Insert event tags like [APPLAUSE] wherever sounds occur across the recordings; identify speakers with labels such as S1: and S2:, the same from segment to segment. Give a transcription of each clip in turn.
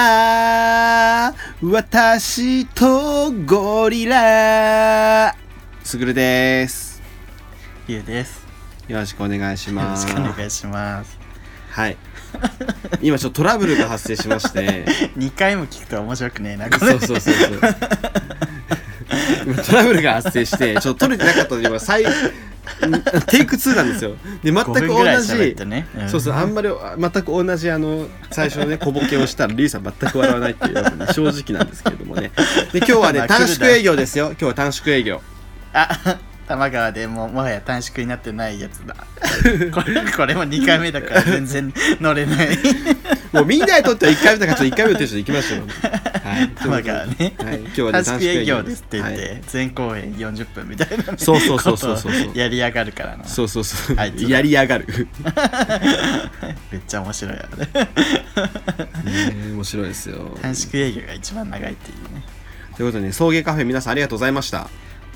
S1: あー私とゴリラすぐるです
S2: ゆうです
S1: よろしくお願いし
S2: よろ
S1: ま
S2: し
S1: す
S2: くお願いします
S1: はい今ちょっとトラブルが発生しまして
S2: [LAUGHS] 2回も聞くとは面白くねえなこ
S1: そ
S2: れ
S1: うそうそうそう今トラブルが発生してちょっと取れてなかったので今再テイク2なんですよで全
S2: 5
S1: く
S2: 分ぐらい
S1: 同
S2: 喋
S1: じ
S2: ったね、ん
S1: そうそうあんまりあ全く同じあの最初
S2: [LAUGHS]
S1: ね小ボケをしたらリュウさん全く笑わないっていうのが正直なんですけれどもねで今日は
S2: ま
S1: ね
S2: あ来るだろ
S1: 短縮営業ですよ今日は短縮営業
S2: あ [LAUGHS] 玉川でもうもはや短縮になってないやつ
S1: [LAUGHS]
S2: だこれこれも2回目だから全然乗
S1: [LAUGHS]
S2: れない
S1: もうみんなにとっては1回目だからちょっと1回目のテンションでいきましょう
S2: [LAUGHS]
S1: はい
S2: 玉川ね
S1: はい今日はね
S2: 短縮営業ですって言っ
S1: は
S2: て、
S1: い
S2: 全公演40分みたいなね、
S1: そうそうそうそうそう
S2: ことをやりやがるからな
S1: そうそうそう
S2: あいつだ
S1: やりやがる
S2: めっちゃ面白いよね
S1: ね面白いですよ
S2: 短縮営業が一番長いっていうね
S1: ということでね送迎カフェ皆さんありがとうございました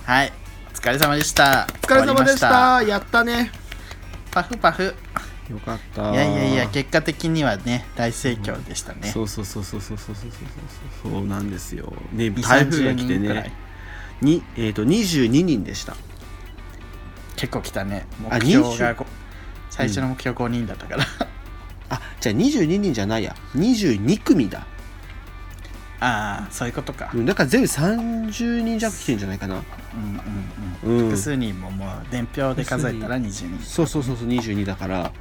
S2: はいお疲れ様でした
S1: お疲れ様でした
S2: 終わりま
S1: やったね
S2: したパフパフ
S1: よかった
S2: いやいやいや結果的にはね大盛況でしたね
S1: そうそうそうそうそうそうそうそうそうなんですよね
S2: 2
S1: 台風が来て
S2: 30人くら
S1: ね
S2: い
S1: に、えー、と22人でした
S2: 結構来たね
S1: あ
S2: 目標が
S1: 20
S2: こ最初の目標5人だったから、
S1: あじゃあ22人じゃないや22組だ
S2: [LAUGHS] ああそういうことか、
S1: うんだから全部30人弱来てんじゃないかな
S2: うんうん
S1: う
S2: うんん複数人ももう伝票で数えたら20人
S1: そうそうそうそう22だから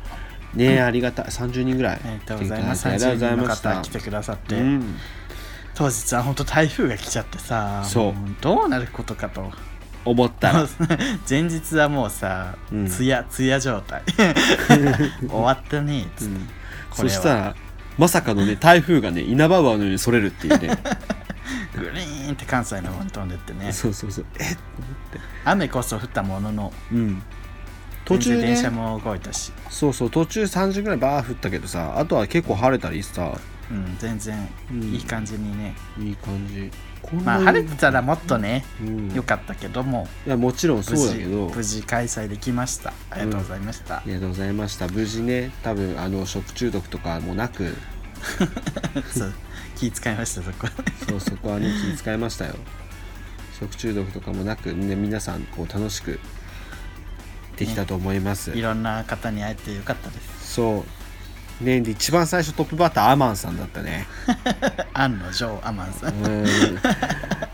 S1: ねありがたい30人ぐらい
S2: ありがとうございます
S1: 来ていただ
S2: 30
S1: いてあ
S2: 人
S1: り
S2: の
S1: がとうございまし
S2: 方来
S1: た
S2: てくださって、
S1: うん
S2: 当日は本当台風が来ちゃってさ
S1: そう
S2: もどうなることかと
S1: 思
S2: [LAUGHS]
S1: ったら
S2: 前日はもうさ
S1: うん
S2: つやつや
S1: [LAUGHS]
S2: 状態 [LAUGHS] 終わったねっつって、これ
S1: そ
S2: は
S1: したらまさかの
S2: [LAUGHS]
S1: ね台風がね稲葉川のようにそれるっていうね
S2: グリーンって関西の方に飛んでってね
S1: そうそうそうえ
S2: 雨こそ降ったものの
S1: うん途中
S2: 全然
S1: ね
S2: 電車も動いたし、
S1: そうそう途中3時ぐらいバー降ったけどさあとは結構晴れたりさ
S2: うん、全然
S1: うん
S2: いい感じにね、
S1: いい感じこんな
S2: まあ
S1: に
S2: 晴れてたらもっとね
S1: うん
S2: 良かったけども
S1: いやもちろんそ
S2: 無
S1: う
S2: 事
S1: だけど
S2: 無事開催できましたありがとうございました
S1: あ、りがとうございました無事ね多分あの食中毒とかもな
S2: [LAUGHS]
S1: く
S2: そう気遣いました
S1: [LAUGHS]
S2: そこ
S1: そうそこはね気遣いましたよ食中毒とかもなく、ね、皆さんこう楽しくできたと思います、
S2: いろんな方に会えてよかったです
S1: そうねで一番最初トップバッターアマンさんだったね
S2: 案の定アマンさ
S1: うんんう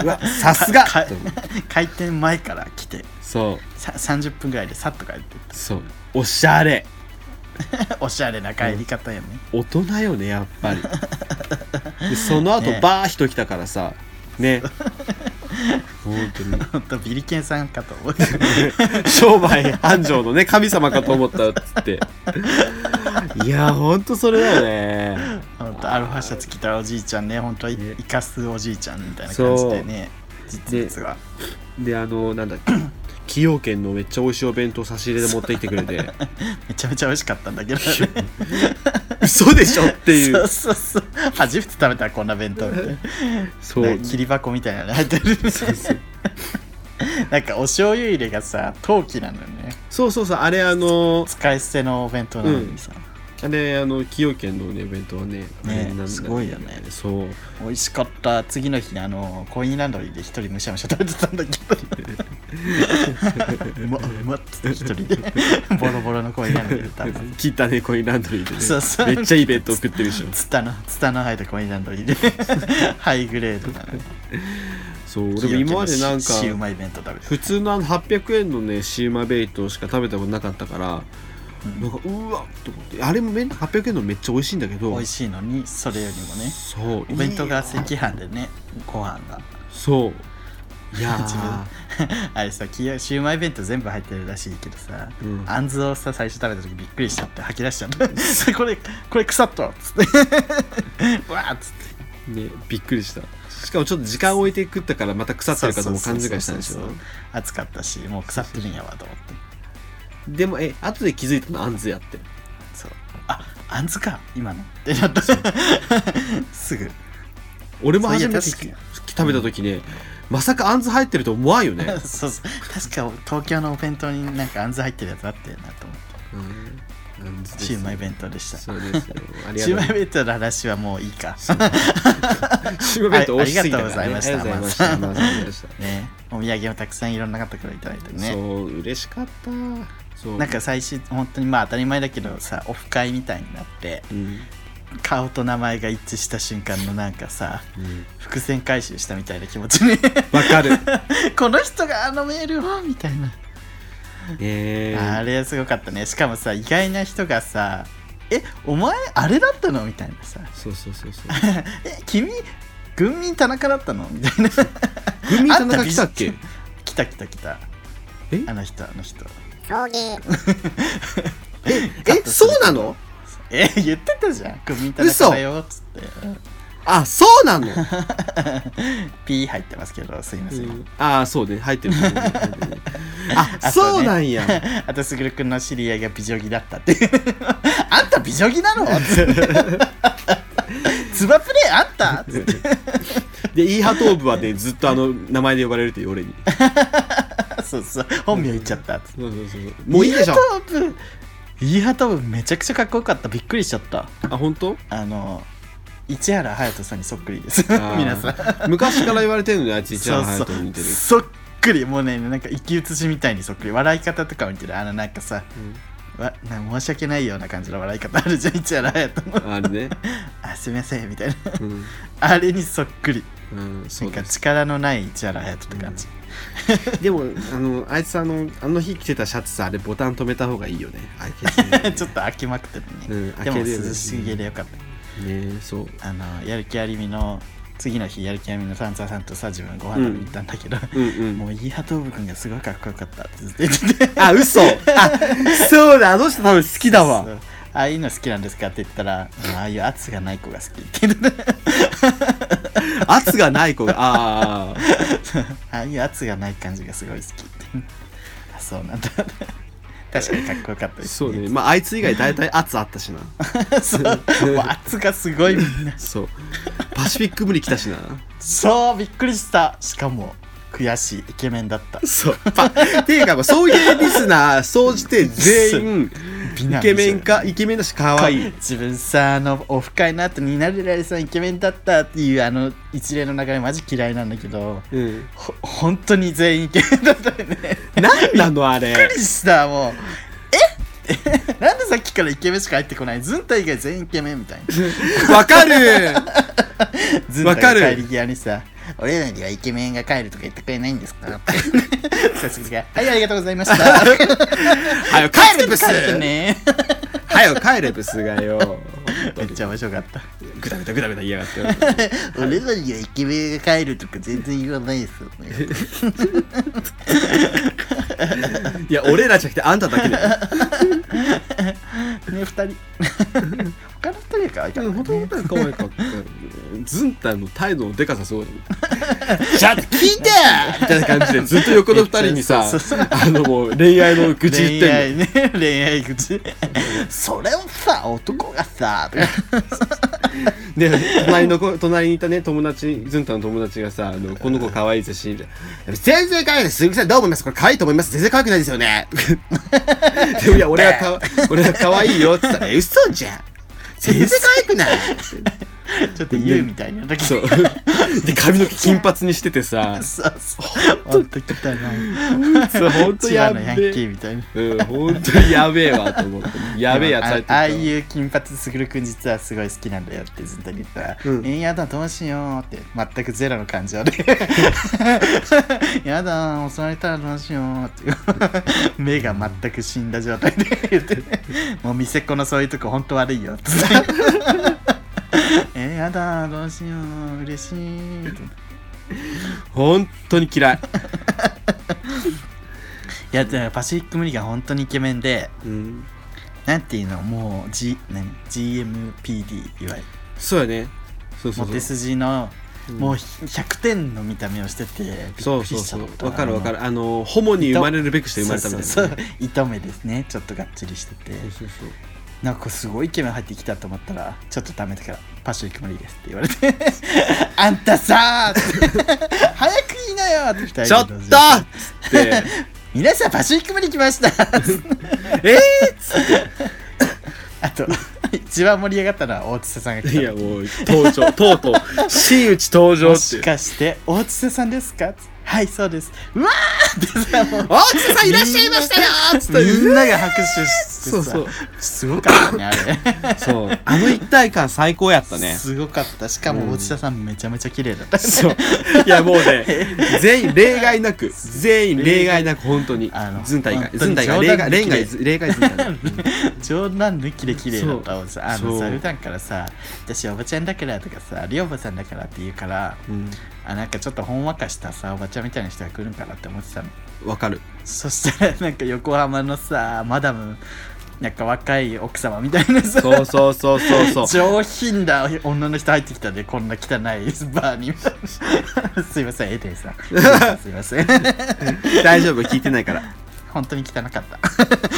S1: わさすが
S2: か
S1: と思う
S2: 開店前から来て
S1: そう
S2: さ30分ぐらいでさっと帰って
S1: そうおしゃれ
S2: おしゃれな帰り方よね、
S1: 大人よねやっぱりでその後、
S2: ね
S1: バー人来たからさね本当に
S2: ほんとビリケンさんかと思う
S1: 商売繁盛のね神様かと思ったっつっていやほんとそれだよね
S2: ほんとアロハシャツ着たおじいちゃんねほんとい
S1: ね
S2: イカすおじいちゃんみたいな感じでね実物は
S1: であのなんだっけ崎陽軒のめっちゃ美味しいお弁当差し入れで持ってきてくれて
S2: めちゃめちゃ美味しかったんだけどね
S1: 嘘でしょってい
S2: そう
S1: う
S2: そうそう初めて食べたこんな弁当みたいな
S1: そう
S2: なんか切り箱みたいなの入ってる
S1: そうそう
S2: なんかお醤油入れがさ陶器なのよね
S1: そうそうそうあれあの
S2: 使い捨てのお弁当なのにさ、
S1: あれあの崎陽軒のね弁当はねあれなんだ
S2: すごいよね
S1: そう
S2: 美味しかった次の日あのコインランドリーで一人むしゃむしゃ食べてたんだけどうまっうまっつって一人でボロボロのコインランドリーで食べて
S1: 切ったねコインランドリーで、ね、
S2: そうそう
S1: めっちゃいい弁当食ってるでしょ
S2: ツタのツタの入ったコインランドリー
S1: [LAUGHS]
S2: でハイグレードなね
S1: そう俺も今まで
S2: [LAUGHS]
S1: なんか
S2: シウマイ弁当食べて
S1: 普通のあの800円のねシウマイ弁当しか食べたことなかったから、
S2: うん
S1: なんかうわっと思ってあれもめん800円のめっちゃ美味しいんだけど
S2: 美味しいのにそれよりもね
S1: そう
S2: お弁当が
S1: いい
S2: 赤飯でねご飯が
S1: そういや
S2: [LAUGHS] 自
S1: ー
S2: [LAUGHS] あれさきよシウマイ弁当全部入ってるらしいけどさ、
S1: うん
S2: あんずをさ最初食べた時びっくりしちゃって吐き出しちゃった [LAUGHS] これこれ腐っとっつって
S1: [LAUGHS]
S2: わーっつって
S1: ねびっくりしたしかもちょっと時間置いて食ったからまた腐ってるかとも
S2: そう
S1: 勘
S2: そう
S1: 違い
S2: そう
S1: したんでし
S2: そ
S1: ょ
S2: うそう暑かったしもう腐ってるんやわと思って
S1: でもえ後で気づいたのあんずやって
S2: そうああんずか今のってなったすぐ
S1: 俺も
S2: そう
S1: 初
S2: いや
S1: めて
S2: 確かに、
S1: 食べた時ね、まさかあんず入ってると思わんよね
S2: [LAUGHS] そうそう確か東京のお弁当になんかあんず入ってるやつあったよなと思って
S1: うんなんです
S2: シウマイ弁当でした
S1: そうですよありが
S2: シ
S1: とう
S2: ウ
S1: ご
S2: マ
S1: ざ
S2: イ
S1: いま
S2: 弁当の話はもういいか
S1: すシウマイ弁当美味しすぎたから、ね、
S2: ありがとうございました
S1: ありがとうございました
S2: ねお土産をたくさんいろんな方からいただいて
S1: そ
S2: ね
S1: う嬉しかったそう
S2: なんか最初本当にまあ当たり前だけどさオフ会みたいになって
S1: うん、
S2: 顔と名前が一致した瞬間のなんかさ
S1: うん、
S2: 伏線回収したみたいな気持ちね
S1: わかる
S2: [LAUGHS] この人があのメールをみたいな、
S1: え
S2: あれはすごかったねしかもさ意外な人がさえお前あれだったのみたいなさ
S1: そうそうそうそう
S2: え君軍民田中だったのみたいな
S1: グミ田中来たっ
S2: [LAUGHS]
S1: け
S2: 来た来た来た
S1: え
S2: あの人あの人
S1: えそうなの
S2: え言ってたじゃん軍民田中だよっつって
S1: あそうなの、
S2: ピー入ってますけどすいません、
S1: ああそうね入
S2: [LAUGHS]
S1: ってる、ね、あ
S2: あとね
S1: そうなんや
S2: [LAUGHS] あとすぐるくんの知り合いが美女着だったっていうあんた美女着
S1: [LAUGHS]
S2: なのってつばプレイあ
S1: [LAUGHS]
S2: ったつって
S1: でイーハトーブはねずっとあの名前で呼ばれるっていう俺に
S2: そうそう本名言っちゃったつって
S1: そうそうそうそうもういいでしょ
S2: イーハトーブイーハトーブめちゃくちゃかっこよかったびっくりしちゃった
S1: あ本当
S2: あの市原隼人さんにそっくりです
S1: あー
S2: [LAUGHS] [LAUGHS] 皆さん
S1: 昔から言われてるのにあいつ一番
S2: そう
S1: 隼人に似て
S2: そう
S1: る
S2: そっくりもうねなんか生き写しみたいにそっくり笑い方とかも似てるあのなんかさわなんか申し訳ないような感じの笑い方あるじゃん市原隼人の
S1: うんあれね
S2: [LAUGHS] あすみませんみたいな [LAUGHS]
S1: うん、
S2: あれにそっくり
S1: うん、
S2: な
S1: そ
S2: ん
S1: う
S2: か
S1: です
S2: 力のない市原隼人って感じ、
S1: でもあのあいつあのあの日着てたシャツさあれボタン止めた方がいいよねあれ決意ね
S2: [LAUGHS] ちょっと飽きまくってるね、
S1: うん
S2: でも
S1: 飽きるよね
S2: 涼しげでよかっ
S1: [LAUGHS]
S2: た
S1: ねそう
S2: あのやる気ありみの次の日やる気ありみのサンザさんとさ自分ご飯食べに行ったんだけど、
S1: うんうん
S2: [LAUGHS] もうイーハトーブ君がすごいかっこよかったってずっと言ってて
S1: あ嘘あそうだあの人多分好きだ
S2: そ
S1: わ
S2: うああいうの好きなんですかって言ったらうんああいう圧がない子が好きって言ってて
S1: 圧がない子がああ
S2: [LAUGHS] ああいう圧がない感じがすごい好きってあそうなんだ [LAUGHS] 確かにかっこよか
S1: [LAUGHS]
S2: ったです
S1: そうねまああいつ以外大体圧あったしな
S2: [LAUGHS] そ
S1: [LAUGHS]
S2: うもう圧がすごいみんな
S1: そうパシフィック無理来たしな
S2: そうびっくりしたしかも悔しいイケメンだった
S1: そうパっていうかそういうリスナー総じて全員
S2: 美男
S1: イケメンかイケメンだし可愛い
S2: 自分さあのオフ会の後になれられさんイケメンだったっていうあの一連の流れマジ嫌いなんだけど
S1: うん
S2: ほ本当に全員イケメンだったよねびっ
S1: 何なのあれ
S2: くりしたもうえ [LAUGHS] なんでさっきからイケメンしか入ってこないズンタ以外全員イケメン
S1: [LAUGHS]
S2: みたいな
S1: わかる
S2: ズンタ
S1: わか
S2: が
S1: る
S2: 帰り際にさ俺らにはイケメンが帰るとか言ってくれないんです
S1: [LAUGHS]
S2: かってさすがはいありがとうございました
S1: はよ帰れブス
S2: 帰ってね
S1: はよ帰れブスが [LAUGHS] よ
S2: めっちゃ面白かった
S1: グダグダグダグダ言いやがって
S2: 俺らにはイケメンが帰るとか全然言わないですよ
S1: [LAUGHS]
S2: ね。
S1: [LAUGHS] いや俺らじゃなくてあんただけだよ
S2: ね、二人。 [LAUGHS] 他の二人は可愛か
S1: いや、
S2: っ
S1: 本
S2: た、
S1: 当
S2: ね
S1: に。可愛
S2: [LAUGHS]
S1: かった。ずんたの態度のでかさすごいと思った。じゃあ聞いてみたいな感じでずっと横の二人に [LAUGHS] さ
S2: そうそう、
S1: あのもう恋愛の愚痴言っ
S2: 恋
S1: てん
S2: 愛ね、恋愛口。それをさ、男がさ、とか
S1: の。で、隣の子、隣にいたね、友達、ずんたの友達がさ、あの、この子可愛いですし、みたいな全然可愛いです。鈴木さんどう思いますこれ可愛いと思います。全然可愛くないですよね。でもいや、俺はか、俺は可愛いよって言ったら、え嘘じゃん。全然可愛くない。
S2: ちょっと言うみたいな時。
S1: そう。 [LAUGHS] で、髪の毛金髪にしててさ、
S2: [LAUGHS] そうそう。ほんと来たな。
S1: そう、ほんと
S2: 千葉
S1: や
S2: のヤン
S1: べえ
S2: キ。ーみたいな。
S1: うん、本当にやべえわと思って。やべえやつ入って。
S2: あああいうう金髪すぐるくん実はすごい好きなんだよってずっと言ったら「
S1: うん
S2: えやだどうしよう」って全くゼロの感情
S1: [LAUGHS]
S2: で「やだ襲われたらどうしよう」って [LAUGHS] 目が全く死んだ状態
S1: [LAUGHS]
S2: で言って「もう店っ子のそういうとこ本当悪いよ」って [LAUGHS] えやだどうしよう嬉しい」って
S1: 本当に嫌い。
S2: いやでもパシフィック無理が本当にイケメンで
S1: うん。
S2: なんていうのもう、G、何 GMPD いわゆる
S1: そうやね。そうそ
S2: モ
S1: う
S2: テ
S1: そう。
S2: 筋の
S1: うん
S2: もう100点の見た目をしてて
S1: そうそうそう。わかるわか
S2: る
S1: る。あの、ホモに生まれるべくして生まれたみたいな。
S2: そ
S1: そうう
S2: そうそう糸目ですねちょっとがっちりしてて
S1: そうそう。
S2: なんかすごいイケメン入ってきたと思ったらちょっとダメだからパッション行く無理ですって言われて [LAUGHS] あんたさーって [LAUGHS] 早く言いなよって二人で
S1: ちょっと
S2: 同
S1: っ
S2: 時に
S1: つって、
S2: 皆さんパッション行く無理来ました
S1: えーっつって。
S2: [LAUGHS] あと一番盛り上がったのは大津さんが
S1: い
S2: 来
S1: やもう登場とうとう真打ち登
S2: た
S1: 場
S2: も
S1: って
S2: しかして大津さんですかはいそうですうわーってさもう
S1: 大津さんいらっしゃいましたよーっつって
S2: みんなが拍手してさ
S1: そうそう
S2: すごかったねあれ
S1: そうあの一体感最高やったね
S2: すごかったしか
S1: うん
S2: も大津さんめちゃめちゃ綺麗だっ
S1: [LAUGHS]
S2: た、
S1: そういやもうね全員例外なく全員例外なく本当に
S2: あの
S1: ずん大会
S2: 本当に
S1: ずん大会
S2: 冗
S1: 例
S2: 談
S1: 外例
S2: 抜きで
S1: 外ず例外ずん大会
S2: [LAUGHS] 冗談抜きで綺麗だったおじさんあ
S1: そう
S2: のさ普段からさ私おばちゃんだからとかさりょうばさんだからって言うから
S1: うん
S2: あなんかちょっとほんわかしたさおばちゃんみたいな人が来るんかなって思ってたの
S1: わかる
S2: そしたらなんか横浜のさマダムなんか若い奥様みたいなさ
S1: そうそうそうそうそう
S2: 上品な女の人入ってきたでこんな汚いバーに [LAUGHS] すいませんエデン [LAUGHS] さんすいません
S1: 大丈夫聞いてないから
S2: 本当に汚かった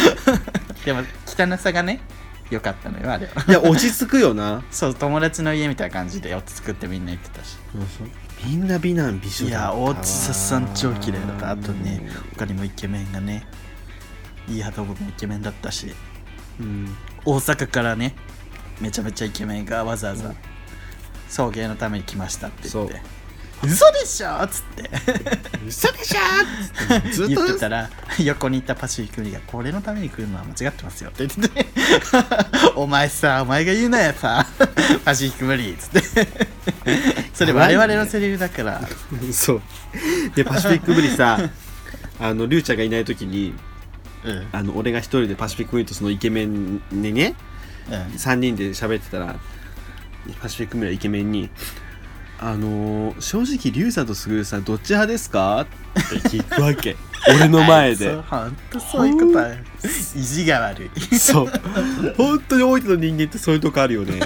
S2: でも汚さがね良かったのよあれはい
S1: や落ち着くよな
S2: そう友達の家みたいな感じで4つ作ってみんな行ってたし
S1: みんな美男美女
S2: いや
S1: だったわ
S2: 大津さん超綺麗だったあとね他にもイケメンがねいい鳩僕もイケメンだったし
S1: うん
S2: 大阪からねめちゃめちゃイケメンがわざわざ送迎のために来ましたって言って嘘でしょっつって
S1: 嘘でしょーっつってずっ
S2: [LAUGHS] 言
S1: と
S2: ってたら横にいたパシフィックリがこれのために来るのは間違ってます [LAUGHS] よって言っててお前さお前が言うなやさ [LAUGHS] パシフィック無理っつって [LAUGHS] それ我々のセリフだから
S1: そうでパシフィックブリさあのリュウちゃんがいない時に
S2: うんうん
S1: あの俺が一人でパシフィックブリとそのイケメンにね3人で喋ってたらパシフィックブリのイケメンに「あのー正直リュウさんとスグルさんどっち派ですか?」って聞くわ
S2: [LAUGHS]
S1: け俺の前
S2: そ
S1: で
S2: うほんとそういうことある意地が悪い
S1: そう本当に大分の人間ってそういうとこあるよね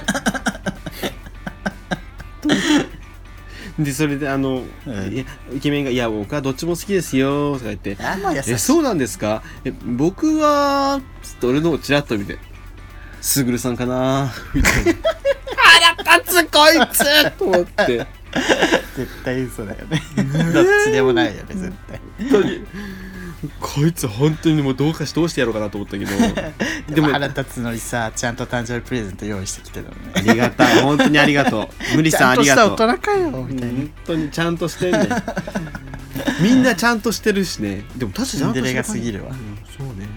S1: でそれであの、
S2: うん
S1: いやイケメンが「いや僕はどっちも好きですよ」とか言って
S2: あんま優しい
S1: えそうなんですかえ僕はちょっと俺のをちらっと見て「すぐるさんかな」みたいな「腹立つこいつ!」と思って
S2: 絶対嘘だよね [LAUGHS] どっちでもないよね絶対
S1: 本当に [LAUGHS] こいつ本当にもうどうかしどうしてやろうかなと思ったけど
S2: で
S1: [LAUGHS] でも
S2: も腹立つのにさちゃんと誕生日プレゼント用意してきてたの
S1: あ
S2: ね
S1: りがたい本当にありがとう無理
S2: ち
S1: さん
S2: ゃん
S1: あ
S2: と
S1: り
S2: し
S1: が
S2: た
S1: とう
S2: 大人かよみたいな
S1: 本当にちゃんとしてんねんみんなちゃんとしてるしねでも確かに
S2: シンデレラすぎるわ
S1: うんそうね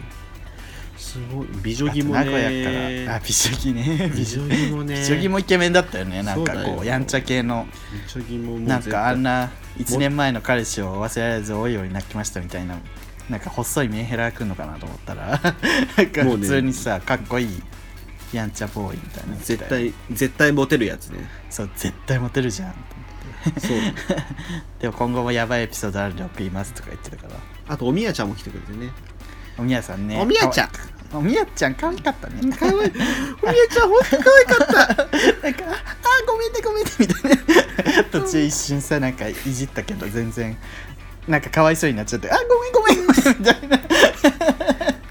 S1: すごい美女
S2: あと
S1: 着も
S2: 名古屋からあ
S1: ね
S2: 美女着ね
S1: 美
S2: 美女
S1: 女着もね
S2: 美女着もイケメンだったよねなんか
S1: そうだ
S2: こ
S1: よ
S2: うやんちゃ系の
S1: 美女着ももう
S2: なん
S1: 絶対
S2: かあんな1年前の彼氏を忘れられずおいおい泣きましたみたいななんか細いメンヘラが来るのかなと思ったらなんか
S1: もう
S2: 普
S1: ね
S2: 通にさかっこいいやんちゃボーイみたいな
S1: 絶対絶対モテるやつね
S2: そう絶対モテるじゃん
S1: そう
S2: でも今後もやばいエピソードあるんで送りますとか言ってたから
S1: あとおみやちゃんも来てくれてね
S2: おみやさんね
S1: おみやちゃん
S2: かわいおみやちゃん可愛かったね
S1: かわいいおみやちゃんほんとかわいかった
S2: なんか、ああ、ごめんね、ごめんね、みた
S1: [LAUGHS]
S2: いな。途中一瞬さ、なんかいじったけど、全然。なんかかわいそうになっちゃって、あ、ごめん、ごめん、みたいな。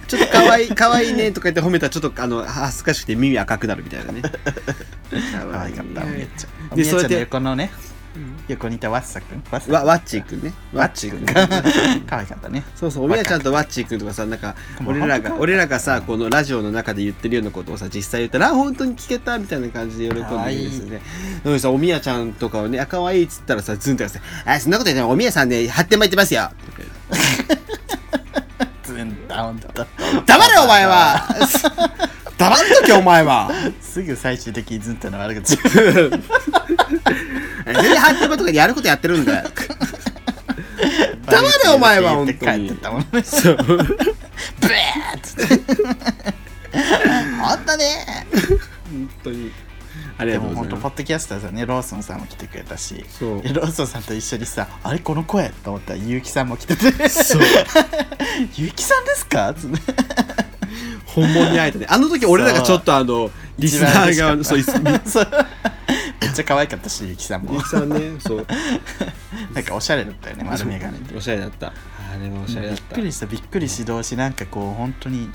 S1: ちょっとかわいいかわいいねとか言って褒めたらちょっとあの恥ずかしくて耳赤くなるみたいなねか
S2: [LAUGHS] 可愛かった、おみやちゃん。お
S1: で
S2: みや
S1: そうやっ
S2: ちゃんの
S1: て
S2: 横のね、横にいたワッサ君。ワッサ君
S1: わワッチーくんねワッチーくん
S2: 可愛かったね。
S1: そうそうおみやちゃんとワッチーくんとかさなんか俺らが俺らがさこのラジオの中で言ってるようなことをさ実際言ったらあ本当に聞けたみたいな感じで喜んでるんですよねなのでさおみやちゃんとかをねあ可愛いっつったらさズンとかさ「あそんなこと言ってないおみやさんね発展巻いてますよ」
S2: ずんだ、ほんと。
S1: 黙れお前
S2: [LAUGHS]
S1: は黙っとけお前は
S2: すぐ最終的にずんたの悪口。
S1: 全然ハッテとかでやることやってるんだよ黙れお前は
S2: 言って
S1: 本当に
S2: 帰ってったもんね。ブ
S1: そう
S2: エーっつって。ほんとね。
S1: 本当にあり
S2: で
S1: がとう
S2: も
S1: ござ
S2: 本当
S1: い
S2: ポ
S1: ま
S2: ッドキャスターさんねローソンさんも来てくれたし
S1: そう
S2: ローソンさんと一緒にさあれこの声と思ったら結城さんも来てて [LAUGHS]
S1: すそう
S2: 「結城さんですか?」つって
S1: 本物に会えたねあの時俺らがちょっとあのリスナー側のそうリスリ
S2: [LAUGHS] そうめっちゃ可愛かったし結城さんも
S1: スナーねそう
S2: なんかおしゃれだったよね丸眼鏡で
S1: おしゃれだったあれもおしゃれ
S2: び
S1: だっ
S2: ったくりしたびっくりし同士なんかこう本当に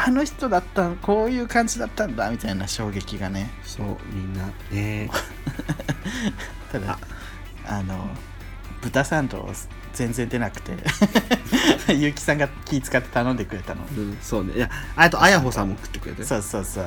S2: あの人だったのこういう感じだったんだみたいな衝撃がね
S1: そうみんなね
S2: [LAUGHS] ただあの豚サンド全然出なくてゆうきさんが気使って頼んでくれたの
S1: うん、そうねいやあとあやほさんも食ってくれて
S2: そうそうそう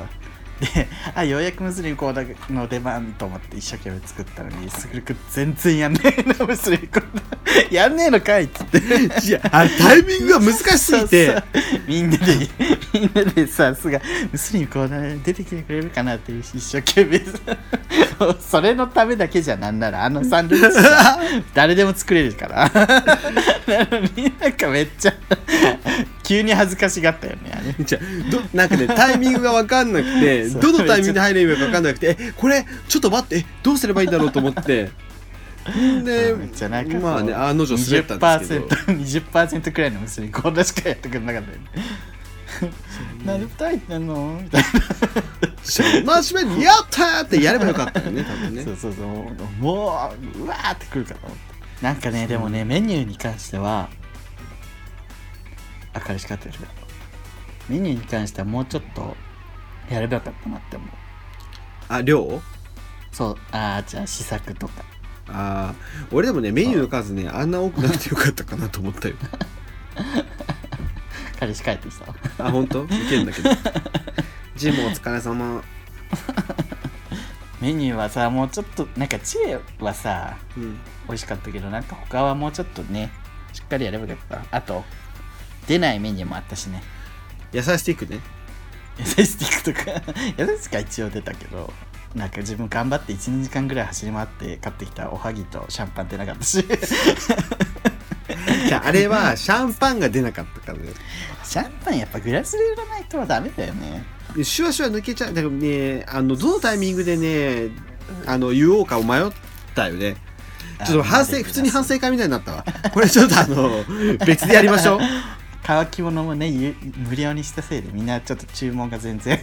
S2: であようやくムスリンコーの出番と思って一生懸命作ったのにすぐく全然やんねえな [LAUGHS] ムスリンコーやんねえのかいっつって
S1: いやあタイミングが難しすぎて
S2: そうそうみんなでみんなでさすがムスリンコーナー出てきてくれるかなって一生懸命さそれのためだけじゃなんならあのサンドイッチさ誰でも作れるから [LAUGHS] なのになんかめっちゃ [LAUGHS] 急に恥ずかしがったよねあれ
S1: じゃあどなんかねタイミングが分かんなくて
S2: [LAUGHS] そう
S1: どのタイミングで入ればいいか分かんなくてえこれちょっと待ってえどうすればいいんだろうと思ってんで
S2: うんじゃないか
S1: まあね案の定滑ったんですけど
S2: 20%, 20くらいのムスリンコーナーしかやってくれなかったよね何で入ってんのみたいな
S1: マシュマロやったーってやればよかったよね多分ね
S2: そうそうそうもううわーってくるかと思ってなんかねでもねメニューに関してはあ彼氏かったよメニューに関してはもうちょっとやればよかったなって思う
S1: あ量
S2: そうああじゃあ試作とか
S1: あー俺でもねメニューの数ねあんな多くなくてよかったかなと思
S2: [LAUGHS]
S1: ったよ
S2: 彼氏帰ってきた
S1: あ本当いけるんだけどジムお疲れ様
S2: メニューはさもうちょっとなんかチェーはさ
S1: うん
S2: 美味しかったけどなんか他はもうちょっとねしっかりやればよかったあと出ないメニューもあったしね
S1: 野菜スティックね
S2: 野菜スティックとか [LAUGHS] 野菜スティックは一応出たけどなんか自分頑張って12時間ぐらい走り回って買ってきたおはぎとシャンパン出なかったし [LAUGHS] シ
S1: じゃああれはシャンパンが出なかったからだよ
S2: ャンパンやっぱグラスで売らないとダメだよね
S1: シュワシュワ抜けちゃうだからねあのどのタイミングでねあの言おうかを迷ったよねちょっと反省普通に反省会みたいになったわこれちょっとあの別でやりましょうあ
S2: 乾き物もねゆ無料にしたせいでみんなちょっと注文が全然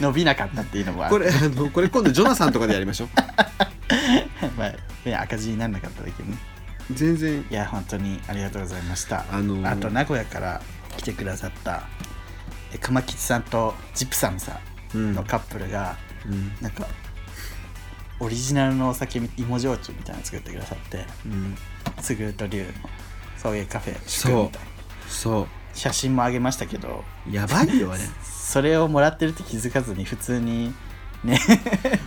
S1: の
S2: [LAUGHS] 伸びなかったっていうのもある
S1: これあのこれ今度ジョナサンとかでやりましょう
S2: [LAUGHS] まあね赤字にならなかっただけね
S1: 全然
S2: いや本当にありがとうございました
S1: あのー
S2: あと名古屋から来てくださったえ熊吉さんとジップさんさ
S1: うん
S2: んのカップルが、
S1: うん
S2: なんかオリジナルのお酒芋焼酎みたいなの作ってくださって
S1: うん
S2: すぐると龍の送迎カフェ
S1: そう
S2: 祝みたいな
S1: そ
S2: 写真もあげましたけど
S1: うやばいよあれ
S2: それをもらってるって気づかずに普通に
S1: もう
S2: ね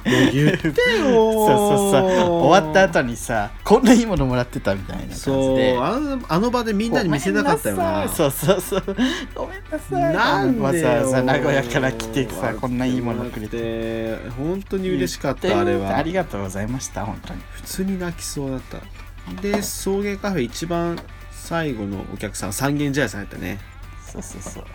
S1: 言ってよ
S2: [LAUGHS] そうそうそう終わった後にさこんないいものもらってたみたいな感じ
S1: そう
S2: で
S1: あのあの場でみんなに見せなかったよな
S2: ごめんさいそうそうそうごめんなさい
S1: なんでよ
S2: わざわざ名古屋から来てさこんないいものくれて
S1: て本当に嬉しかったあれ
S2: あ
S1: は
S2: りがとうございました本当に
S1: 普通に泣きそうだったで送迎カフェ一番最後のお客さん三軒茶屋さんやったね
S2: そうそうそう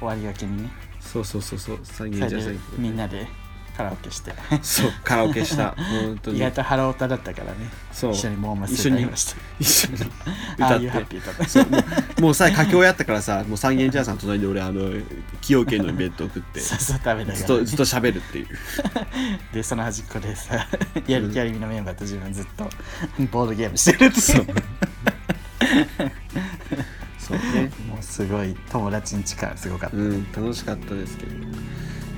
S2: 終わりがけにね
S1: そうそうそうそう三
S2: そ
S1: 軒
S2: れ
S1: 茶屋さん
S2: で
S1: やった
S2: みんなでカラオケして
S1: そうカラオケした本当
S2: 意
S1: に
S2: 外と腹歌だったからね
S1: そう
S2: 一緒にモーマス
S1: 一緒に
S2: 歌いました
S1: 一緒に
S2: あ
S1: 歌
S2: あいうハ
S1: っ
S2: ッ
S1: て
S2: ピーとか
S1: そうもうもうさ佳境やったからさもう三軒茶屋さんの隣で俺あの崎陽軒の弁当食って
S2: そうそう食べ
S1: ず
S2: な
S1: っ
S2: が
S1: と
S2: ら
S1: ずっと喋るっていう
S2: でその端っこでさやる気ありみのメンバーと自分ずっとボードゲームしてるって
S1: そ
S2: いうう
S1: そうね
S2: もうすごい友達に力すごかった、
S1: うん楽しかったですけど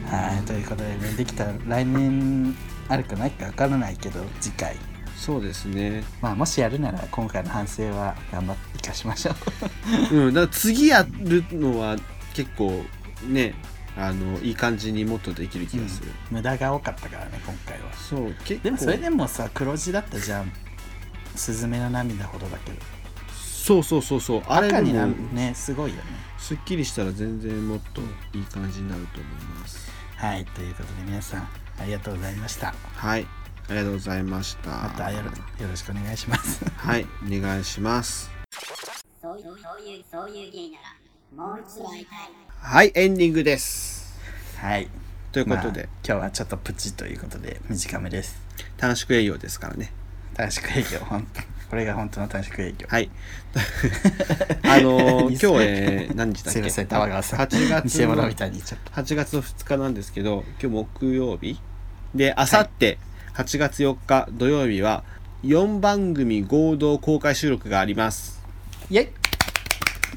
S2: はいということでねできたら来年あるかないかわからないけど次回
S1: そうですね
S2: まあもしやるなら今回の反省は頑張って生かしましょう [LAUGHS]
S1: うん、だから次やるのは結構ねあのいい感じにもっとできる気がする、
S2: 無駄が多かったからね今回は
S1: そう結構
S2: でもそれでもさ黒字だったじゃん「すずめの涙」ほどだけど
S1: そうそうそうそうあれ
S2: 赤に
S1: で
S2: な
S1: も
S2: ねすごいよね
S1: すっきりしたら全然もっといい感じになると思います
S2: はいということで皆さんありがとうございました
S1: はいありがとうございました
S2: またよろよろしくお願いします [LAUGHS]
S1: はいお願いします
S3: そういう、そういう、そういう芸なら、もう一度会いたい。
S1: はいエンディングです
S2: はい
S1: ということで、
S2: まあ今日はちょっとプチということで短めです
S1: 短縮営業ですからね
S2: 短縮営業ほんこれが本当の短縮営業
S1: はいあのー
S2: [LAUGHS] いいっすね
S1: 今日、えー何時だっ
S2: す
S1: け
S2: いません玉川さん
S1: 8月の
S2: 偽物みたいに言っちゃった
S1: 8月の2日なんですけど今日木曜日であさって8月4日土曜日は4番組合同公開収録があります
S2: イェイ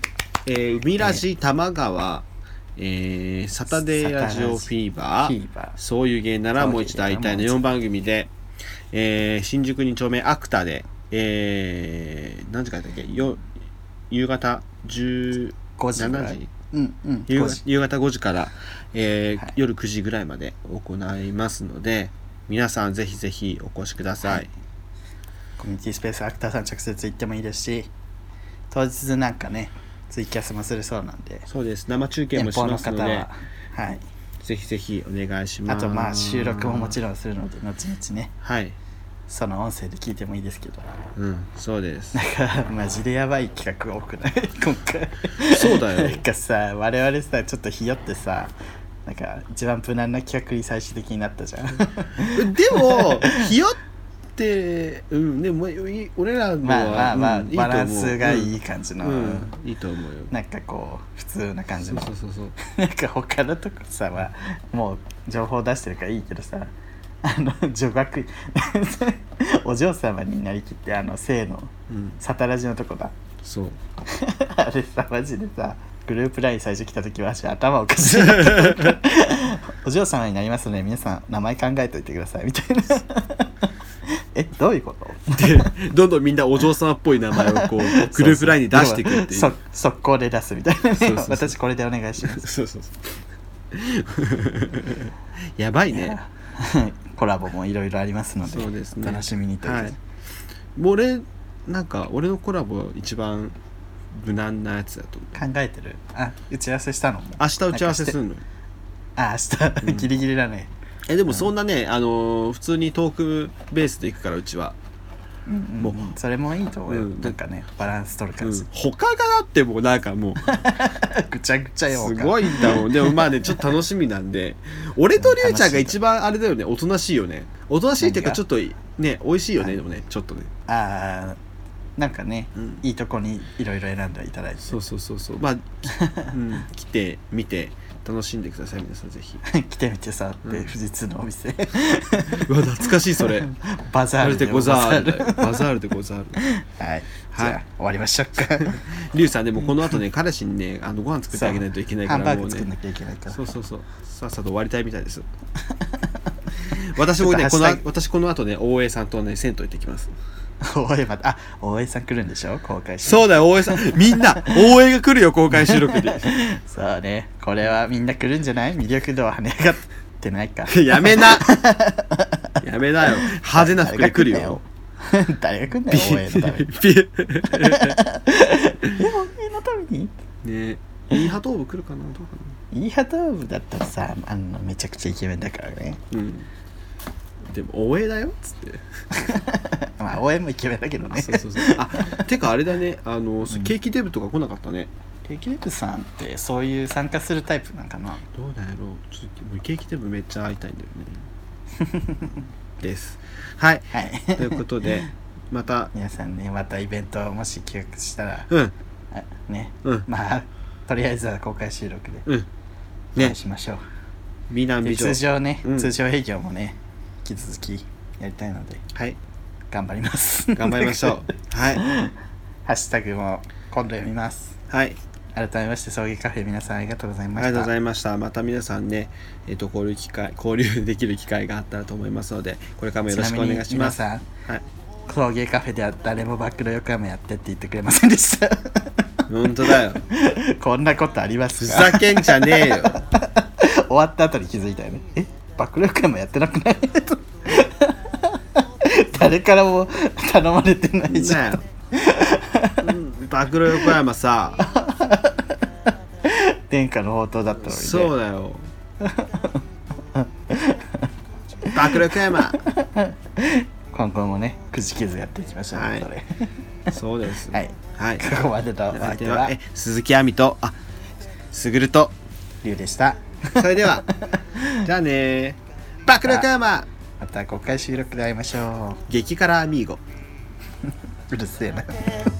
S1: 「えー、海ラジ玉川」えーサタデーラジオフィーバ
S2: フィ
S1: ー
S2: ー」バー
S1: そういう芸ならもう一度会いたいの4番組で、えー新宿2丁目アクタで、えー何時からだっけよ夕方17
S2: 5時ぐらい
S1: 時
S2: うんうん
S1: 夕
S2: 5時
S1: 夕方5時から、えー
S2: はい
S1: 夜9時ぐらいまで行いますので皆さんぜひぜひお越しください、
S2: はいコミュニティスペースアクターさん直接行ってもいいですし当日なんかねツイキャスもするそうなんで
S1: そうです生中継もしますので
S2: はい
S1: ぜひぜひお願いしま
S2: あ
S1: す
S2: とまあ収録ももちろんするので後々ね
S1: はい
S2: その音声で聞いてもいいですけど [LAUGHS]
S1: うんそうです
S2: マジでやばい企画多くない [LAUGHS] 今回
S1: そうだ
S2: な
S1: よ
S2: んかさ我々さちょっとひよってさなんか一番無難な企画に最終的になったじゃん
S1: でもひよってうんでもいい俺らのは
S2: まあまあまあ、
S1: うん
S2: バランスがい
S1: い
S2: い感じ
S1: と
S2: の、
S1: 思ううん、うんいいと思うよ
S2: なんかこう普通な感じ
S1: そう
S2: の
S1: そうそうそう
S2: なんか他のとこさはもう情報出してるからいいけどさあの女学 [LAUGHS] お嬢様になりきってあの性の
S1: うん
S2: サタラジのとこだ
S1: そう
S2: [LAUGHS] あれさマジでさグループライン最初来た時は私頭おかしい [LAUGHS] なと思ったお嬢様になりますので皆さん名前考えといてくださいみたいな [LAUGHS] えどういうこと
S1: でどんどんみんなお嬢様っぽい名前を
S2: [LAUGHS]
S1: こうグループラインに出していくっていう
S2: そ速攻で出すみたいなね
S1: そうそうそう
S2: 私これでお願いします
S1: そうそうそう [LAUGHS] やばいね
S2: はいコラボもいろいろありますので
S1: そうですね
S2: お楽しみにという、
S1: はいもう俺なんか俺のコラボ一番無難なやつだと思う
S2: 考えてるあ打ち合わせしたのも
S1: 明日打ち合わせするの
S2: あ明日ギリギリだね、
S1: えでもそんなね、あのー普通にトークベースでいくからうちは、
S2: うんうん
S1: もう
S2: それもいいと思うよ、
S1: うん
S2: なんかねバランス取る
S1: う
S2: 感じ、
S1: ん、他がだってもうなんかもう
S2: [LAUGHS] ぐちゃぐちゃよ
S1: すごいんだもんでもまあねちょっと楽しみなんで俺とりゅうちゃんが一番あれだよねおとなしいよねおとなしいっていうか
S2: 何が
S1: ちょっとね美味しいよねでもねちょっとね
S2: あーなんかね、
S1: うん
S2: いいとこにいろいろ選んでいただいて
S1: そうそうそうそうまあ、き [LAUGHS] うん、来て見て楽しんでください皆さんぜひ
S2: [LAUGHS] 来てみてさって、
S1: うん
S2: 富士通のお店 [LAUGHS]
S1: うわ懐かしいそれ
S2: バザ
S1: あ
S2: ー
S1: れ
S2: ル
S1: で
S2: で
S1: ござー
S2: バ
S1: る
S2: ザ
S1: だよバザールでござーる
S2: ールはいじゃあ終わりまし
S1: [LAUGHS]
S2: ょうか
S1: リュウさんでもこの後ね彼氏にねあのご飯作ってあげないといけない
S2: ハ
S1: か
S2: ンバ
S1: ら
S2: ー
S1: もう
S2: グ作んな
S1: ね
S2: きゃいけないから
S1: そうそうそうさっさと終わりたいみたいです
S2: [LAUGHS]
S1: 私もね
S2: ち
S1: こ
S2: ょっと
S1: の
S2: ハッシュタグ
S1: 私この後ね大江さんとね銭湯行ってきます
S2: 大江またあ大江さん来るんでしょ公開して
S1: そうだよ大江さんみんな大江が来るよ公開収録で
S2: [LAUGHS] そうねこれはみんな来るんじゃない魅力度は跳ね上がってないか
S1: やめなやめなよ [LAUGHS] 派手な服で来るよ
S2: 誰が来んだよ [LAUGHS] 大江のためにでも大江のために
S1: ねえイーハトーブ来るかなどうか
S2: イーハトーブだったらさあのめちゃくちゃイケメンだからね
S1: なうんでも大江だよっつって
S2: まあ大江もイケメンだけどね
S1: そうそうそうあてかあれだねあの、ケーキデブとか来なかったね
S2: ケーキレブさんってそういう参加するタイプなんかな
S1: どうなんやろうちょっともうケーキデブめっちゃ会いたいんだよね
S2: [LAUGHS]
S1: ですはい
S2: はい
S1: ということでまた
S2: 皆さんねまたイベントをもし企画したら
S1: うん
S2: あね、
S1: うん
S2: まあとりあえずは公開収録で
S1: うん
S2: お会
S1: ね
S2: いしましょう、
S1: 美男
S2: で
S1: 美女
S2: 通常ね、
S1: うん
S2: 通常営業もね引き続きやりたいので
S1: はい
S2: 頑張ります
S1: 頑張りましょうはい
S2: [LAUGHS] ハッシュタグも今度読みます
S1: はい
S2: 改めまして送迎カフェ皆さんありがとうござい
S1: あ
S2: ま
S1: り
S2: した
S1: がとうございました。また皆さんね、えっ、と交流機会交流できる機会があったらと思いますので、これからもよろしくお願いします。
S2: ちな
S1: は
S2: み
S1: い、
S2: に皆さん送迎カフェでは誰もバックの横山やってって言ってくれませんでした [LAUGHS]
S1: 本当だよ。
S2: こんなことありま
S1: ふ
S2: すか
S1: ざけんじゃねえ
S2: [LAUGHS]
S1: よ。
S2: 終わった後に気づいたよねえバックの横山やってなくない [LAUGHS] 誰からも頼まれてないじゃん [LAUGHS]
S1: ねえうん暴露横山さ、
S2: 天下の宝刀だったのにね
S1: そうだよ。暴露横山。
S2: 今後もねくじ傷やっていきましょう、
S1: はい
S2: それ
S1: そうです。
S2: はい
S1: はい。
S2: ここまでのお相手は
S1: え鈴木亜美とあ、すぐると。
S2: リュウでした
S1: それで
S2: [LAUGHS]
S1: は、じゃあね暴露横山
S2: また公開収録で会いましょ
S1: 激辛アミーゴ。
S2: ううるせえな
S3: 「